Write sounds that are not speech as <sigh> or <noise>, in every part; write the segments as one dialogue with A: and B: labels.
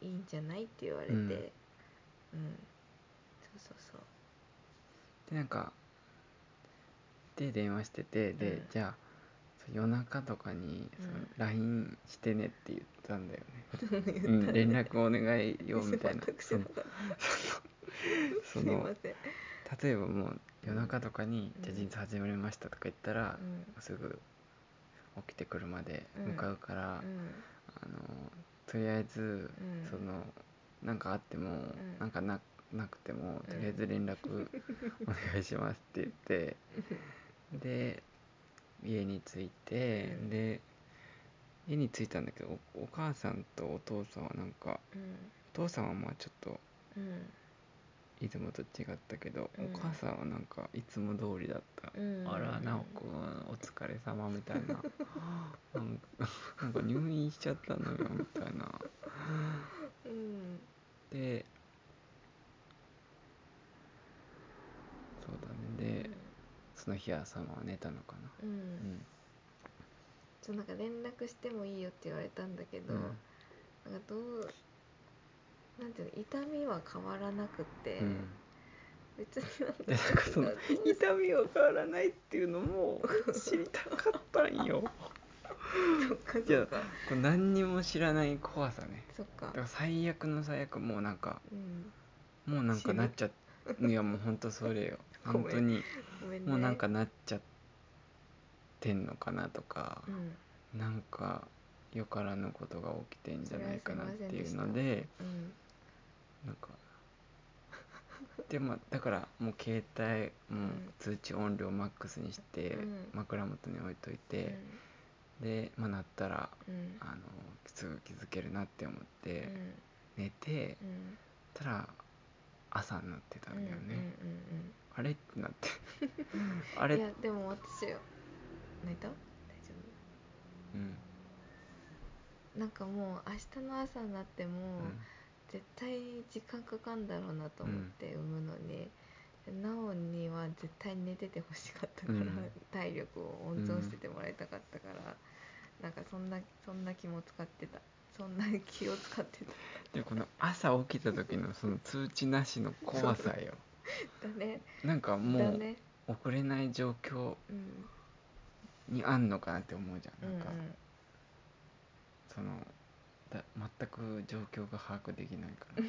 A: いいんじゃないって言われて、う
B: うんん、
A: そうそうそう
B: でなんかで電話しててで、
A: うん
B: じゃあそう夜中とかにその
A: うん
B: LINE してねって言ったんだよね、う
A: <laughs> 言っ
B: ん
A: た、ね
B: 連絡お願いよ
A: <laughs>
B: みたいな
A: 全く知
B: そ
A: ら
B: の
A: なかったす
B: そ
A: い <laughs>
B: の
A: ません、
B: 例えばもう夜中とかに
A: う
B: 「
A: ん
B: じゃあ人生始まりました」とか言ったら
A: う、ん
B: すぐ起きて車で
A: うん
B: 向かうから、
A: うん
B: あのとりあえず、
A: うん
B: そのなんかあっても、
A: ん
B: なんかななくて
A: う
B: も
A: ん
B: とりあえず
A: <laughs>
B: 連絡お願いしますって言って、で家に着いて、
A: うん
B: で家に着いたんだけどおお母さんとお父さんはなんか
A: うん
B: お父さんはまあちょっと
A: うん
B: いつもと違ったけど、
A: うん
B: お母さんはなんかいつも通りだった、
A: うん
B: あら直子お疲れ様みた
A: <laughs>
B: いななんか <laughs> なんか入院しちゃったのよみたいな
A: うん
B: でそうだねでその日朝は寝たのかな
A: う
B: うんん
A: そうなんか連絡してもいいよって言われたんだけど、
B: うん
A: なんかどうなんていうの痛みは変わらなくて、
B: うん
A: 別になんか
B: でなんかその
A: どう
B: 痛みは変わらないっていうのも知りたかったんよ
A: そっか
B: い
A: そ
B: や
A: っか
B: これ何にも知らない怖さね
A: そっ
B: だ
A: か
B: から最悪の最悪もうなんか
A: うん
B: もうなんかなっちゃいやもうほんとそれよ
A: ごめん
B: 本当に
A: ごめんね
B: もうなんかなっちゃってんのかなとか
A: う、ん
B: なんかよからぬことが起きてんじゃないかなっていうの
A: それ
B: で
A: うん
B: なんかでもだからもう携帯
A: う
B: もう
A: ん
B: 通知音量マックスにして、
A: うん
B: 枕元に置いといて、で、まあ、鳴ったら
A: うんうん
B: あのすぐ気づけるなって思っ
A: う
B: て、
A: ん
B: 寝て
A: うん
B: たら朝になってたんだよね、
A: うんうんうん
B: あれってなって
A: <laughs>
B: あ
A: うん
B: れ
A: いやでも私泣いた大丈
B: うん
A: 夫なんかもう明日の朝になっても、
B: うん
A: 絶対時間かかんだろうなと思って産むのに、なおには絶対寝ててほしかったから、
B: うん
A: 体力を温存しててもらいたかったから、なんかそんなそんな気も使ってたそんな気を使ってた
B: でこの朝起きた時のその通知なしの怖さよ
A: だね
B: なんかも
A: だ
B: う
A: ね
B: 遅れない状況
A: うん
B: にあんのかなって思うじゃ
A: うん
B: ん
A: う
B: なんんかそのだ全く状況が把握できないから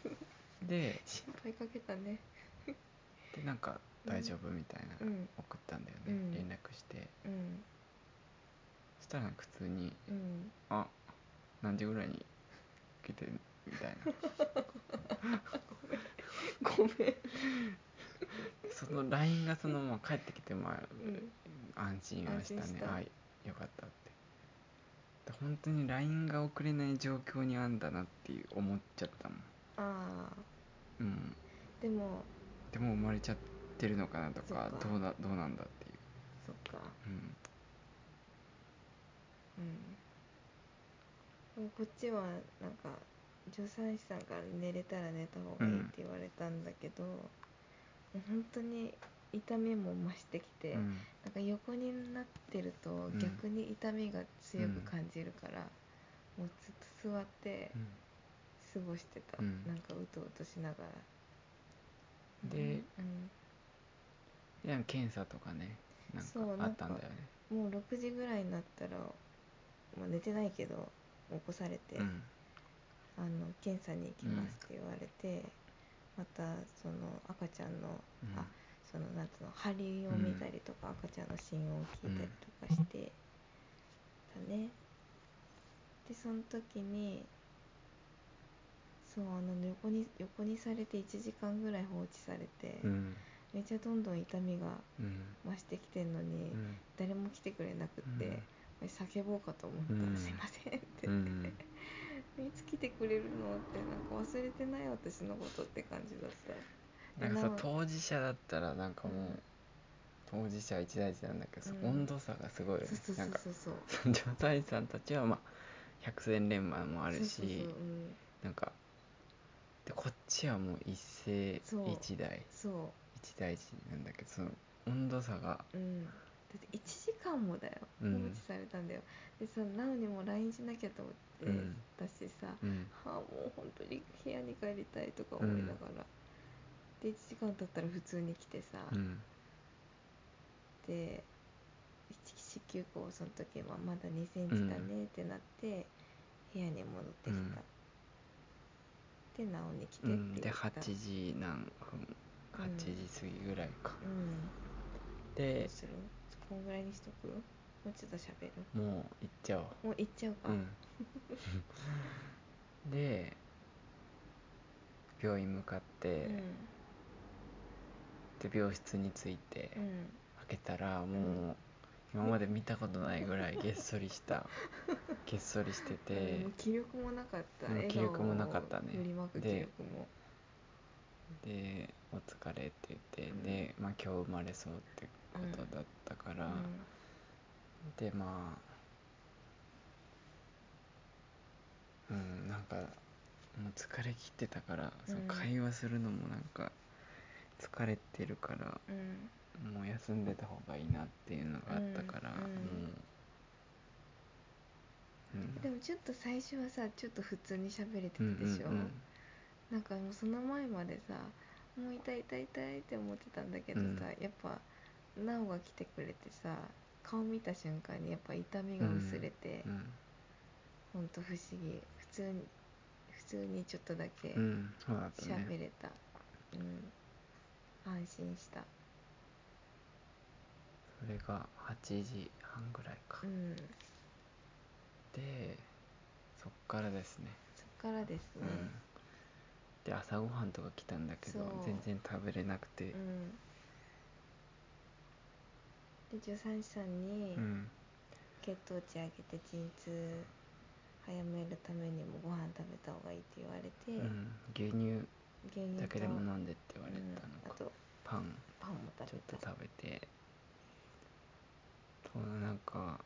A: <laughs>
B: で
A: 心配かけたね
B: でなんか大丈夫みたいな
A: うん
B: 送ったんだよ
A: う
B: ね
A: ん
B: 連絡して
A: うん
B: そしたらなんか普通に
A: うん
B: 「あ何時ぐらいに来て」みた
A: <laughs>
B: いな
A: ごめん、
B: その LINE がそのまま帰ってきても
A: うん、
B: 安心はした
A: 安心し
B: ね
A: た
B: はいよかったってで本当に LINE が送れない状況にあんだなっていう思っちゃったもん
A: ああ
B: うん
A: でも
B: でも生まれちゃってるのかなとか
A: そっか
B: どうだどうなんだっていう
A: そっか
B: うん
A: うん、もうこっちはなんか助産師さんから寝れたら寝た方がいいって言われたんだけど、もう本当に痛みも増してきて、
B: うん
A: なんか横になってると
B: ん
A: 逆に痛みが強く感じるから、もうずっと座って過ごしてた、
B: うん
A: なんかうとうとしながら。
B: うんで
A: うん
B: でなんか検査とかねなん
A: そう
B: かあったんだよね
A: もう6時ぐらいになったらもう寝てないけど起こされて、
B: うん
A: あの検査に行きますって言われて、またその赤ちゃんの
B: うん
A: あそのなんつうの針を見たりとか、赤ちゃんの心音を聞いたりとかして、だねでその時にそうあの横に横にされて1時間ぐらい放置されて、
B: うん
A: めっちゃどんどん痛みが
B: うん
A: 増してきてんのに、
B: うん
A: 誰も来てくれなくって、叫ぼうかと思った、
B: うん
A: すいませんって。
B: うん
A: いつ来てくれるのってなんか忘れてない私のことって感じだった
B: なんかさ
A: なんか
B: 当事者だったらなんかも
A: うん
B: う当事者は一大事なんだけどさ
A: うん
B: 温度差がすごいよね
A: そうそうそ
B: なん
A: う
B: か <laughs>
A: そうそう
B: 助産師さんたちはまあ百戦錬磨もある
A: そうそう
B: しなんかでこっちはもう一世
A: そう
B: 一代
A: そう
B: 一大事なんだけどその温度差が
A: うん、って1時間もだよ
B: う
A: 放
B: ん
A: 置されたんだよ、でさなおにも LINE しなきゃと思って、
B: うん
A: だしさ、
B: うん
A: ああもう本当に部屋に帰りたいとか思いながら、で1時間経ったら普通に来てさ、
B: うん
A: で1子宮口その時はまだ2センチだねってなって、部屋に戻ってきた、でなおに来てっ
B: う
A: て言
B: ん
A: った
B: で8時何分
A: う
B: 8
A: ん
B: 時過ぎぐらいか、
A: うんど
B: で
A: うするこんぐらいにしとくもうちょっと喋る
B: もう行っちゃおう
A: もう行っちゃうか、
B: うん <laughs> で病院向かって、で病室に着いて、
A: うんうん
B: 開けたらもう今まで見たことないぐらいげっそりした
A: <laughs>
B: げっそりしてて
A: もう気力もなかった
B: うん
A: 笑
B: 気
A: 顔
B: 力もなかったね
A: を塗りまく気
B: で
A: 力も
B: で「お疲れ」って言って、
A: うん
B: で、まあ、今日生まれそうってことだったから、でまあうんなんかもう疲れ切ってたから、その
A: うん
B: 会話するのもなんか疲れてるから
A: うんうん
B: もう休んでた方がいいなっていうのがあったから、
A: うんうん
B: もう、うん、
A: でもちょっと最初はさちょっと普通に喋れてたでしょ、
B: うんうん
A: なんかもうその前までさもう痛い痛い痛いって思ってたんだけどさ、
B: うん
A: やっぱなおが来てくれてさ顔見た瞬間にやっぱ痛みが薄れて、
B: うん
A: ほんと不思議普通に普通にちょっとだけ
B: うん、うんそうだった
A: 喋
B: ね
A: れた、うん安心した
B: それが8時半ぐらいか、
A: うん
B: でそっからですね、
A: そっからですね
B: うん、で朝ごはんとか来たんだけど
A: そう
B: 全然食べれなくて、
A: うん、で助産師さんに
B: うん
A: 血糖値上げて鎮痛早めるためにもご飯食べた方がいいって言われて、
B: うん、牛乳
A: 牛乳と
B: だけでも飲んでって言われた
A: うん
B: の
A: あ
B: か、
A: と
B: パン
A: パンも
B: ち
A: 食
B: ょっ
A: べ
B: と
A: た
B: 食べてとなんか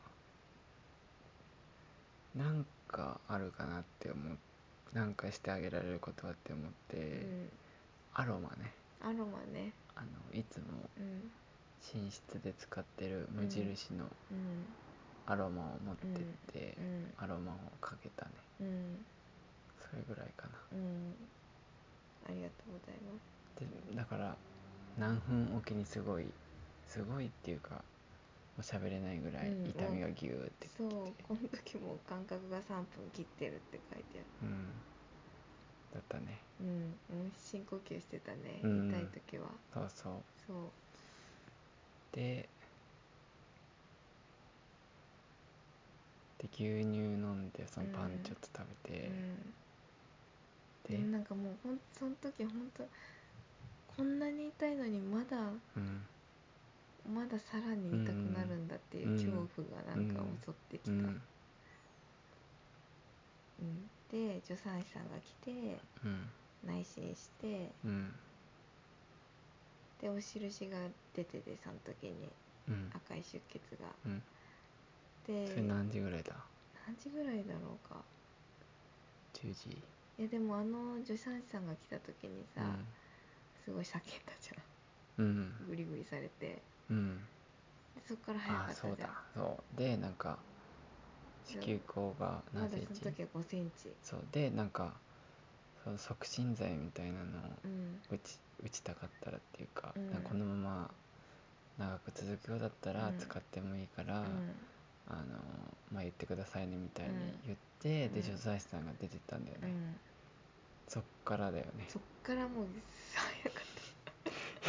B: なんかあるかなって思うなんかしてあげられることはって思って、
A: うん、
B: アロマね
A: アロマね
B: あのいつも
A: うん
B: 寝室で使ってる無印の
A: うん
B: アロマを持ってって、
A: うん
B: アロマをかけたね
A: うん
B: それぐらいかな
A: うんありがとうございます
B: でだから何分おきにすごいすごいっていうかもう喋れないぐらい
A: うん
B: 痛みがギューってきて、
A: そうこの時も間隔が3分切ってるって書いてある
B: うんだったね
A: うん、うん、深呼吸してたね、
B: うん
A: 痛い時は
B: そうそう
A: そう
B: でで牛乳飲んでそのパンちょっと食べて、
A: うん、
B: で
A: なんかもうほんその時ほんとこんなに痛いのにまだ
B: うん
A: まださらに痛くなるんだっていう恐怖がなんか襲ってき
B: う
A: た、うん
B: ん
A: で助産師さんが来て
B: うん
A: 内診して
B: うん
A: でお印が出ててその時に
B: うん
A: 赤い出血が
B: うん
A: で
B: それ何時ぐらいだ
A: 何時ぐらいだろうか
B: 10時
A: いやでもあの助産師さんが来た時にさ、すごい叫んだじゃ
B: うんうん
A: んグリグリされて
B: うん
A: でそっから早
B: あ
A: か
B: あ
A: っ
B: そう
A: たじゃ
B: だ
A: ん
B: そうでなんか
A: そう
B: 子宮口が
A: ま
B: 何
A: だ
B: セン
A: その
B: チ
A: 時は5センチ
B: そうでなんかその促進剤みたいなのを
A: うん
B: 打ち打ちたかったらっていうか,、
A: うん
B: このまま長く続くようだったら
A: うん
B: 使ってもいいから、
A: う
B: あのまあ、言ってくださいねみたいに
A: うん
B: 言って、
A: う
B: で
A: ん
B: 助産師さんが出てったんだよね、
A: ん、うん、
B: そっからだよね
A: そっからもう最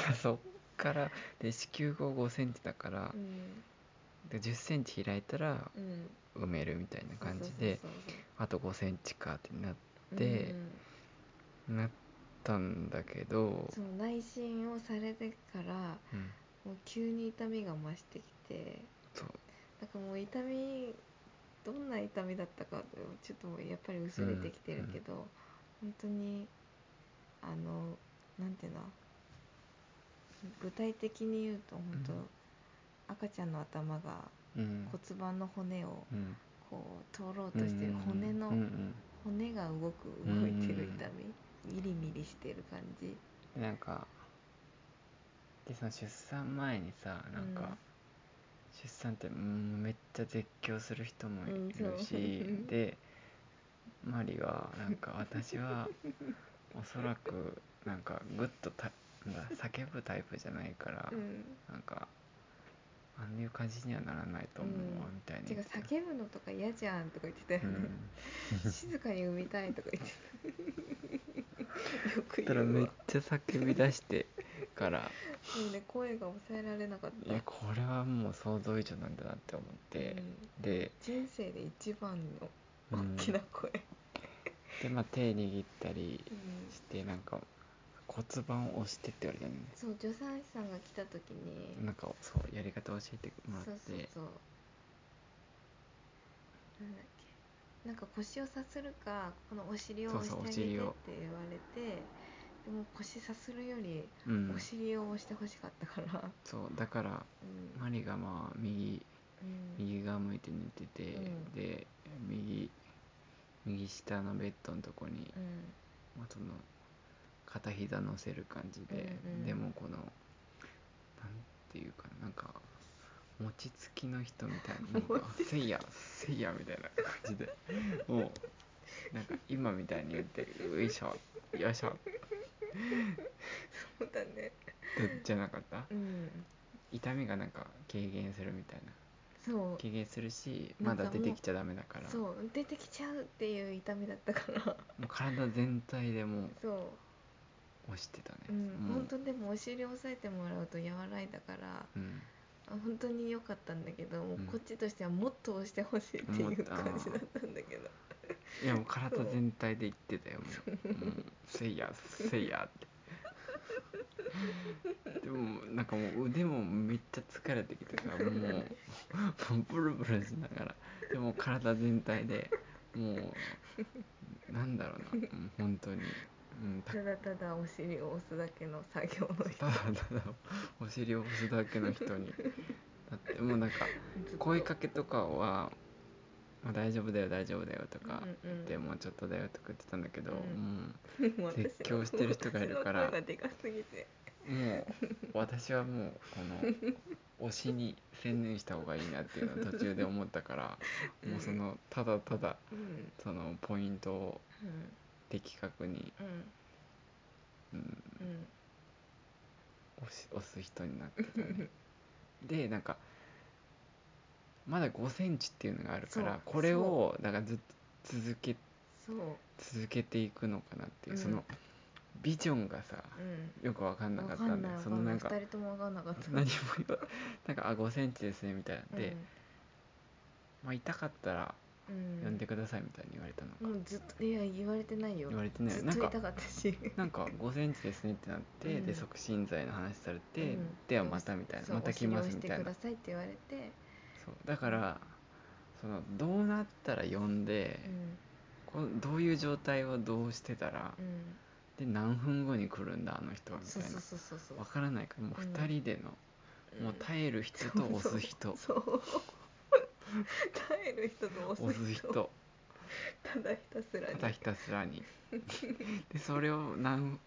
A: 悪
B: <laughs> そっからで子宮口5センチだから
A: う、ん
B: で1 0センチ開いたら
A: うん
B: 埋めるみたいな感じで
A: そうそうそう
B: あと5センチかってな
A: そう
B: で
A: うん
B: なったんだけど
A: その内診をされてから
B: うん
A: もう急に痛みが増してきて
B: そう
A: なんかもう痛みどんな痛みだったかちょっともうやっぱり薄れてきてるけど、本当にあのなんていうの具体的に言うと本当、
B: うん
A: 赤ちゃんの頭が
B: うん
A: 骨盤の骨を
B: うん
A: こう通ろうとしてる骨の、
B: うんうん
A: 骨が動く
B: うん
A: 動いてる痛みミリミリしてる感じ
B: でなんかでその出産前にさなんか、
A: うん
B: 出産ってうんめっちゃ絶叫する人もい
A: うんそう
B: るし、でマリはなんか私はおそらくなんかグッとたなんだ叫ぶタイプじゃないから、
A: うん
B: なんかあんいう感じにはならないと思うわ
A: うん
B: みたい
A: て
B: に
A: か
B: 言ってた、
A: 叫ぶのとか嫌じゃんとか言ってたよね、 <laughs>
B: <laughs>
A: 静かに産みたいとか言ってたよく
B: うん、た
A: 言
B: ら
A: う
B: めっ
A: わ
B: ちゃ叫び出してから
A: もうね声が抑えられなかっ
B: い
A: た
B: やこれはもう想像以上なんだなって思って
A: う、ん
B: で、
A: 人生で一番の
B: う
A: 大
B: ん
A: きな声、
B: でまあ手握ったり
A: うん
B: してなんか骨盤を押してって言われたのね
A: そう助産師さんが来た時に
B: なんかそうやり方を教えてもらっ
A: そうそう
B: て
A: そうなんだっけなんか腰をさするかこのお尻を押して
B: そうそう
A: あげ
B: お
A: てって
B: 尻
A: 言
B: を
A: われてでも腰さするより
B: うん
A: お尻を押してほしかったから、
B: そうだから
A: うん
B: マリがまあ右
A: うん
B: 右側向いて寝てて、
A: うん
B: で右右下のベッドのとこに、
A: うん
B: まあ、その片膝乗せる感じで、
A: うんうん
B: でもこのなんていうかななんか餅つきの人みたい
A: <laughs>
B: ななんか「せいやせいや」みたいな感じでもうなんか今みたいに言って「よいしょよいしょ
A: そうだね」
B: じゃなかった
A: うん
B: 痛みがなんか軽減するみたいな
A: そう
B: 軽減するし
A: な
B: ま
A: んか
B: だ
A: もう
B: 出てきちゃダメだからも
A: そう出てきちゃうっていう痛みだったから
B: う体全体でもう
A: そ
B: 押してたね、
A: う、うん、
B: もう
A: 本当にでもお尻を押さえてもらうと和らいだから
B: うん
A: あ本当に良かったんだけど、もううんこっちとしてはもっと押してほしいって
B: も
A: い
B: っ
A: う
B: と
A: 感じだったんだけど
B: いやもう体全体でいってたよもう「うんせいやせいや」ってでもなんかもう腕もめっちゃ疲れてきてさもうもうブルブルしながらでも体全体でもうなんだろうなもう本当に、うん、た
A: ただただお尻を押すだけの作業の
B: ただただお尻を押すだけの人にだってもうなんか声かけとかは「まあ大丈夫だよ大丈夫だよ」とか
A: うんうん
B: 「でもうちょっとだよ」とか言ってたんだけど、
A: うん
B: も
A: けもう私の
B: 絶叫してる人がいるから
A: 私の声がでかすぎて
B: うもう私はもうこの推しに専念した方がいいなっていうのを途中で思ったからもうそのただただ
A: うんうん
B: そのポイントを的確に、
A: うん
B: うん、
A: うん
B: 押し押す人になって
A: <laughs>
B: たねでなんかまだ5センチっていうのがあるか
A: そ
B: ら
A: う
B: これをだからずっと続け
A: そう
B: 続けていくのかなっていう、
A: うん
B: そのビジョンがさ
A: う
B: よく分かん
A: ん
B: なか
A: わ
B: っ
A: か
B: た
A: ん
B: んだ
A: ないわ
B: よそ
A: か
B: の
A: んな
B: ないん
A: 2
B: か
A: 人ともわかんなかった
B: <laughs> 何も言わなんか「あ5センチですね」みたいなで、まあ、痛かったら
A: うん
B: 呼んでくださいみたいに言われたの、
A: もうずっといや言われてないよ
B: 言われてない
A: ずっ
B: なん
A: と
B: か
A: 痛かったし
B: なんか5センチですねってなって、
A: うん
B: で促進剤の話されて、
A: うん
B: ではまたみたいな
A: そう
B: また来ますみたい
A: お尻を押してく
B: な
A: ださいって言われて
B: そうだからそのどうなったら呼んで、
A: うん
B: こうどういう状態をどうしてたら、
A: うん
B: で何分後に来るんだあの人はみた
A: そ
B: いうな
A: そうそうそうそう
B: わからないからもう
A: うん
B: 2人での、もう耐える人と押す人
A: そうそう耐える人と押
B: 押
A: す
B: す
A: 人
B: 人
A: ただひたすら
B: た
A: に
B: だひたすら
A: <laughs>
B: にでそれを何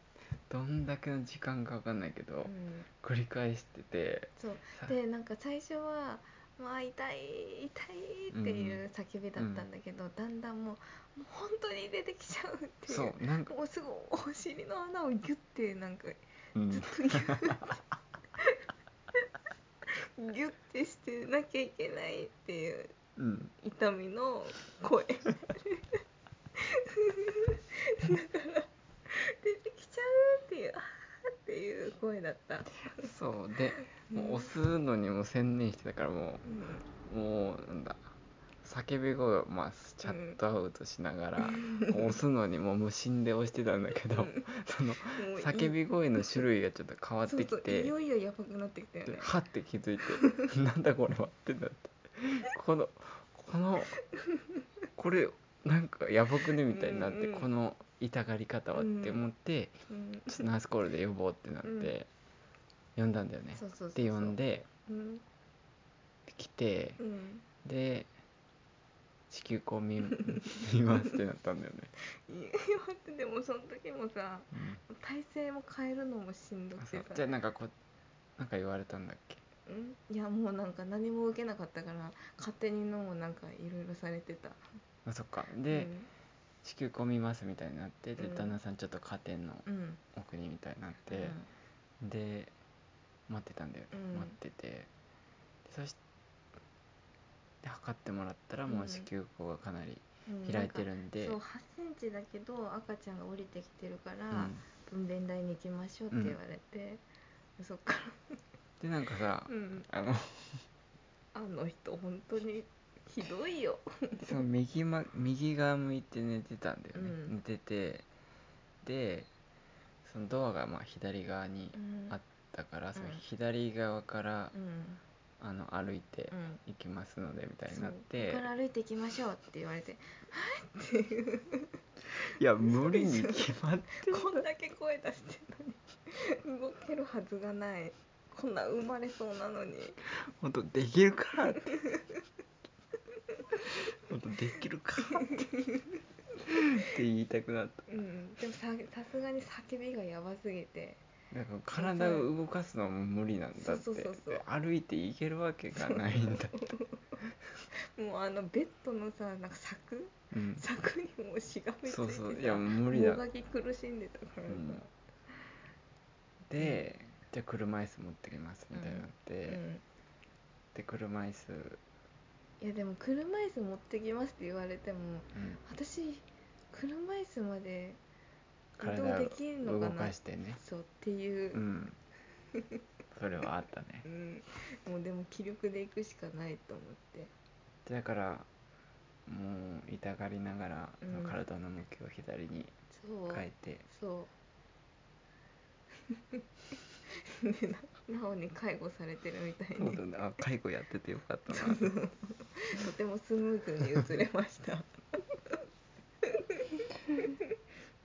B: どんだけの時間かわかんないけど、
A: うん、
B: 繰り返してて
A: そう
B: さ
A: でなんか最初は「まあ痛い痛い」っていう叫びだったんだけど、だんだんもうもう本当に出てきちゃうっていう
B: そうなんか、
A: もうすぐお尻の穴をギュッてなんか
B: うん
A: ずっとギュッてギュッてしてなきゃいけないっていう
B: うん、
A: 痛みの声だから出てきちゃうっていうあーっていう声だった、
B: そうでもう押すのにも専念してたからも
A: うん
B: うもうなんだ叫び声をまあシャットアウトしながら、押すのにもう無心で押してたんだけど、その
A: もうい
B: 叫び声の種類がちょっと変わってきて
A: そうそういよいよやばくなってきたよ
B: で
A: ね
B: はって気づいて <laughs> なんだこれはってなってこのこのこれなんかやばくねみたいになって、
A: うんうん
B: この痛がり方はって思って、
A: うん
B: ちょっとナースコールで呼ぼうってなって、呼んだんだよね
A: そうそうそうそう
B: で呼んで
A: うん
B: 来て
A: うん
B: で子宮口見 <laughs> 見ますってなったんだよね、
A: いや待ってでもその時もさ
B: うん
A: 体勢も変えるのもしんどく
B: あ
A: て
B: そう
A: さ
B: じゃあなんかこうなんか言われたんだっけ
A: んい <laughs> やもうなんか何も受けなかったから勝手にのもなんかいろいろされてた
B: あそっかで、地球込みますみたいになってで
A: うん
B: 旦那さんちょっとカーテンの
A: うんうん
B: 奥にみたいになって、
A: うん
B: で待ってたんだよね、
A: うん
B: 待っててでそしてで測ってもらったらもう子宮口がかなり
A: うん
B: 開いてるんで、
A: そう8センチだけど赤ちゃんが降りてきてるから、
B: うん
A: 分娩台に行きましょうって言われて、そっから
B: でなんかさ、
A: うん <laughs>
B: あの
A: あの人本当にひどいよ
B: その右,、ま、右側向いて寝てたんだよね、
A: うん
B: 寝ててでそのドアがまあ左側にあったから、その
A: うん
B: 左側から
A: う、ん
B: あの歩いて
A: うん
B: 行きますのでみたいに
A: そ
B: なっ
A: う
B: て
A: ここから歩いていきましょうって言わ
B: <laughs>
A: れて
B: いや無理に決まっ
A: こんだけ声出してるのに動けるはずがないこんな生まれそうなのに
B: ほんとできるかってほんとできるかってって言いたくなった
A: うんでもささすがに叫びがやばすぎて
B: なんか体を動かすのも無理なんだって
A: そうそうそうそう
B: で歩いて行けるわけがないんだ、
A: もうあのベッドのさなんか柵 <laughs>
B: うん、
A: 柵にもうしがみついて
B: そう
A: た
B: そういやもう無理だ
A: もがき苦しんでたからさ、
B: うんでじゃあ車椅子持ってきますみたいになって、
A: うん
B: で車椅子、
A: いやでも車椅子持ってきますって言われても
B: うん
A: 私車椅子まで移動
B: 体
A: できんの
B: を
A: か
B: 動
A: な
B: かしてね
A: そうっていう、
B: うんそれはあったね
A: うんもうでも気力で行くしかないと思って
B: だからもう痛がりながら、
A: うん
B: その体の向きを左に
A: そう、
B: 変えて
A: そうで <laughs> ななおに介護されてるみたい
B: そう
A: に
B: だねあ介護やっててよかったなって
A: とてもスムーズに移れました
B: <laughs>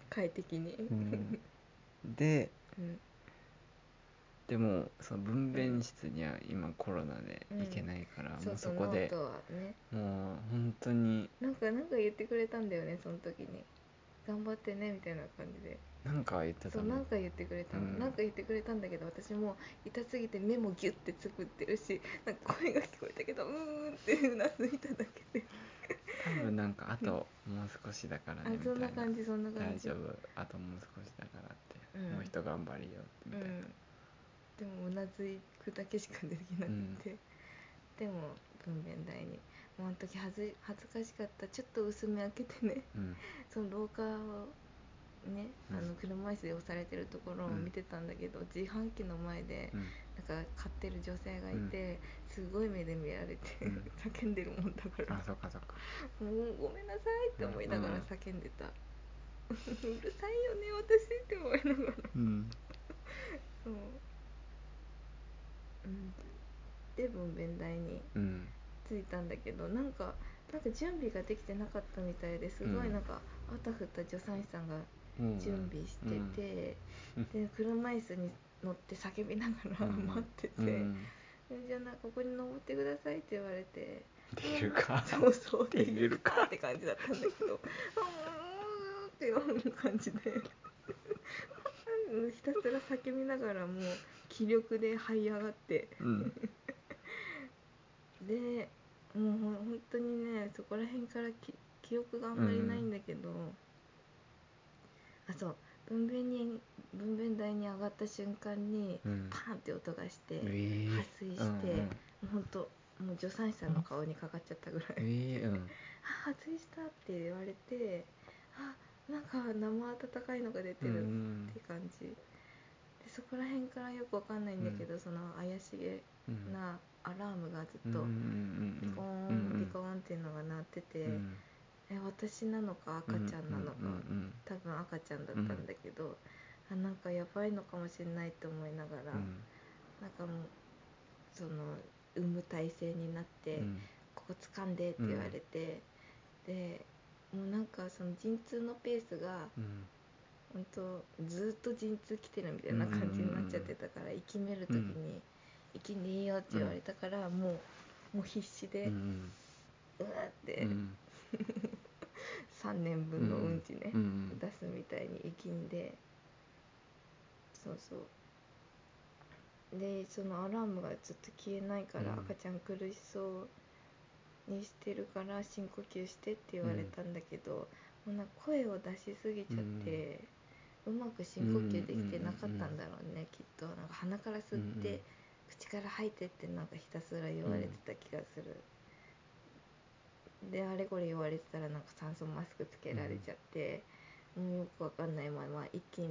A: 快適に、
B: うんで
A: うん
B: でもその分娩室には今コロナで
A: うん
B: 行けないから、も
A: そうう
B: そ
A: そう
B: こ
A: ノー
B: で
A: トはね
B: もう本当に
A: なんかなんか言ってくれたんだよねその時に頑張ってねみたいな感じで
B: 何かは言って
A: そ
B: た
A: うな
B: の
A: んか言ってくれたの、
B: うん
A: なんか言ってくれたんだけど私も痛すぎて目もギュッてつぶってるしなんか声が聞こえたけどうーんってうなずいただけで
B: 多分なんかあともう少しだから
A: あ
B: ねみ
A: そん
B: た
A: ない
B: な
A: 感じそんな感
B: 大
A: じ
B: 丈夫あともう少しだからって、
A: うん
B: もう一頑張りよみたいな、
A: うんでもうなずくだけしかできなくて、でも分娩台に「もうあの時恥ず恥ずかしかったちょっと薄め開けてね <laughs>
B: うん
A: その廊下をねあ
B: うん
A: の車椅子で押されてるところを見てたんだけど、自販機の前で
B: うん
A: なんか買ってる女性がいて、すごい目で見られて、
B: うん
A: <laughs> 叫んでるもんだから
B: あそっかそっか
A: もうごめんなさいって思いながら
B: うん
A: 叫んでた、 <laughs> うるさいよね私って思いながら
B: うん
A: そう、うん、で分娩台に
B: うん
A: 着いたんだけどなんかなんか準備ができてなかったみたいですごい
B: うん
A: なんか、あたふた助産師さんが
B: うん
A: 準備してて、で車椅子に乗って叫びながら
B: うん
A: 待ってて、
B: うんうん
A: じゃあなここに登ってくださいって言われて
B: できるか
A: そうそう
B: できるか
A: って感じだったんだけどうーんっていう感じでひたすら叫びながらもう気力で這い上がって
B: うん
A: でもうほん本当にねそこら辺からき記憶があんまりないんだけど、あそう分娩に分娩台に上がった瞬間に
B: うん
A: パーンって音がして、
B: えー
A: 破水して、
B: う
A: も
B: んうん
A: うほんともう助産師さんの顔にかかっちゃったぐらい
B: えーうん
A: 「あ破水した」って言われてあなんか生温かいのが出て
B: う
A: る
B: ん
A: って感じ、でそこら辺からよくわかんないんだけど、その怪しげ
B: うん
A: なアラームがず
B: う
A: っ
B: ん
A: と
B: うん
A: ピコー
B: うんうん
A: ンピコーンっていうのが鳴ってて、え私なのか赤ちゃんなのか、
B: うんうん
A: 多分赤ちゃんだったんだけど、あなんかやばいのかもしれないと思いながら、
B: うん
A: なんかもうその産む体勢になって、
B: うん
A: ここ掴んでって言われて、でもうなんかその陣痛のペースが
B: うん
A: 本当ずっと陣痛来てるみたいな感じになっちゃってたから、生きめる時に「生きんでいいよ」って言われたから、もうもう必死で、う
B: うん
A: わーって、
B: うん
A: 3年分のうんちね、
B: うん
A: 出すみたいに生きんでそうそうでそのアラームがずっと消えないから
B: うん
A: 赤ちゃん苦しそうにしてるから深呼吸してって言われたんだけど、もうなんか声を出しすぎちゃって、うまく深呼吸できてなかったんだろうね、きっとなんか鼻から吸って、
B: うんうん
A: 口から吐いてってなんかひたすら言われてた気がする、であれこれ言われてたらなんか酸素マスクつけられちゃって、もうよくわかんないまま一気に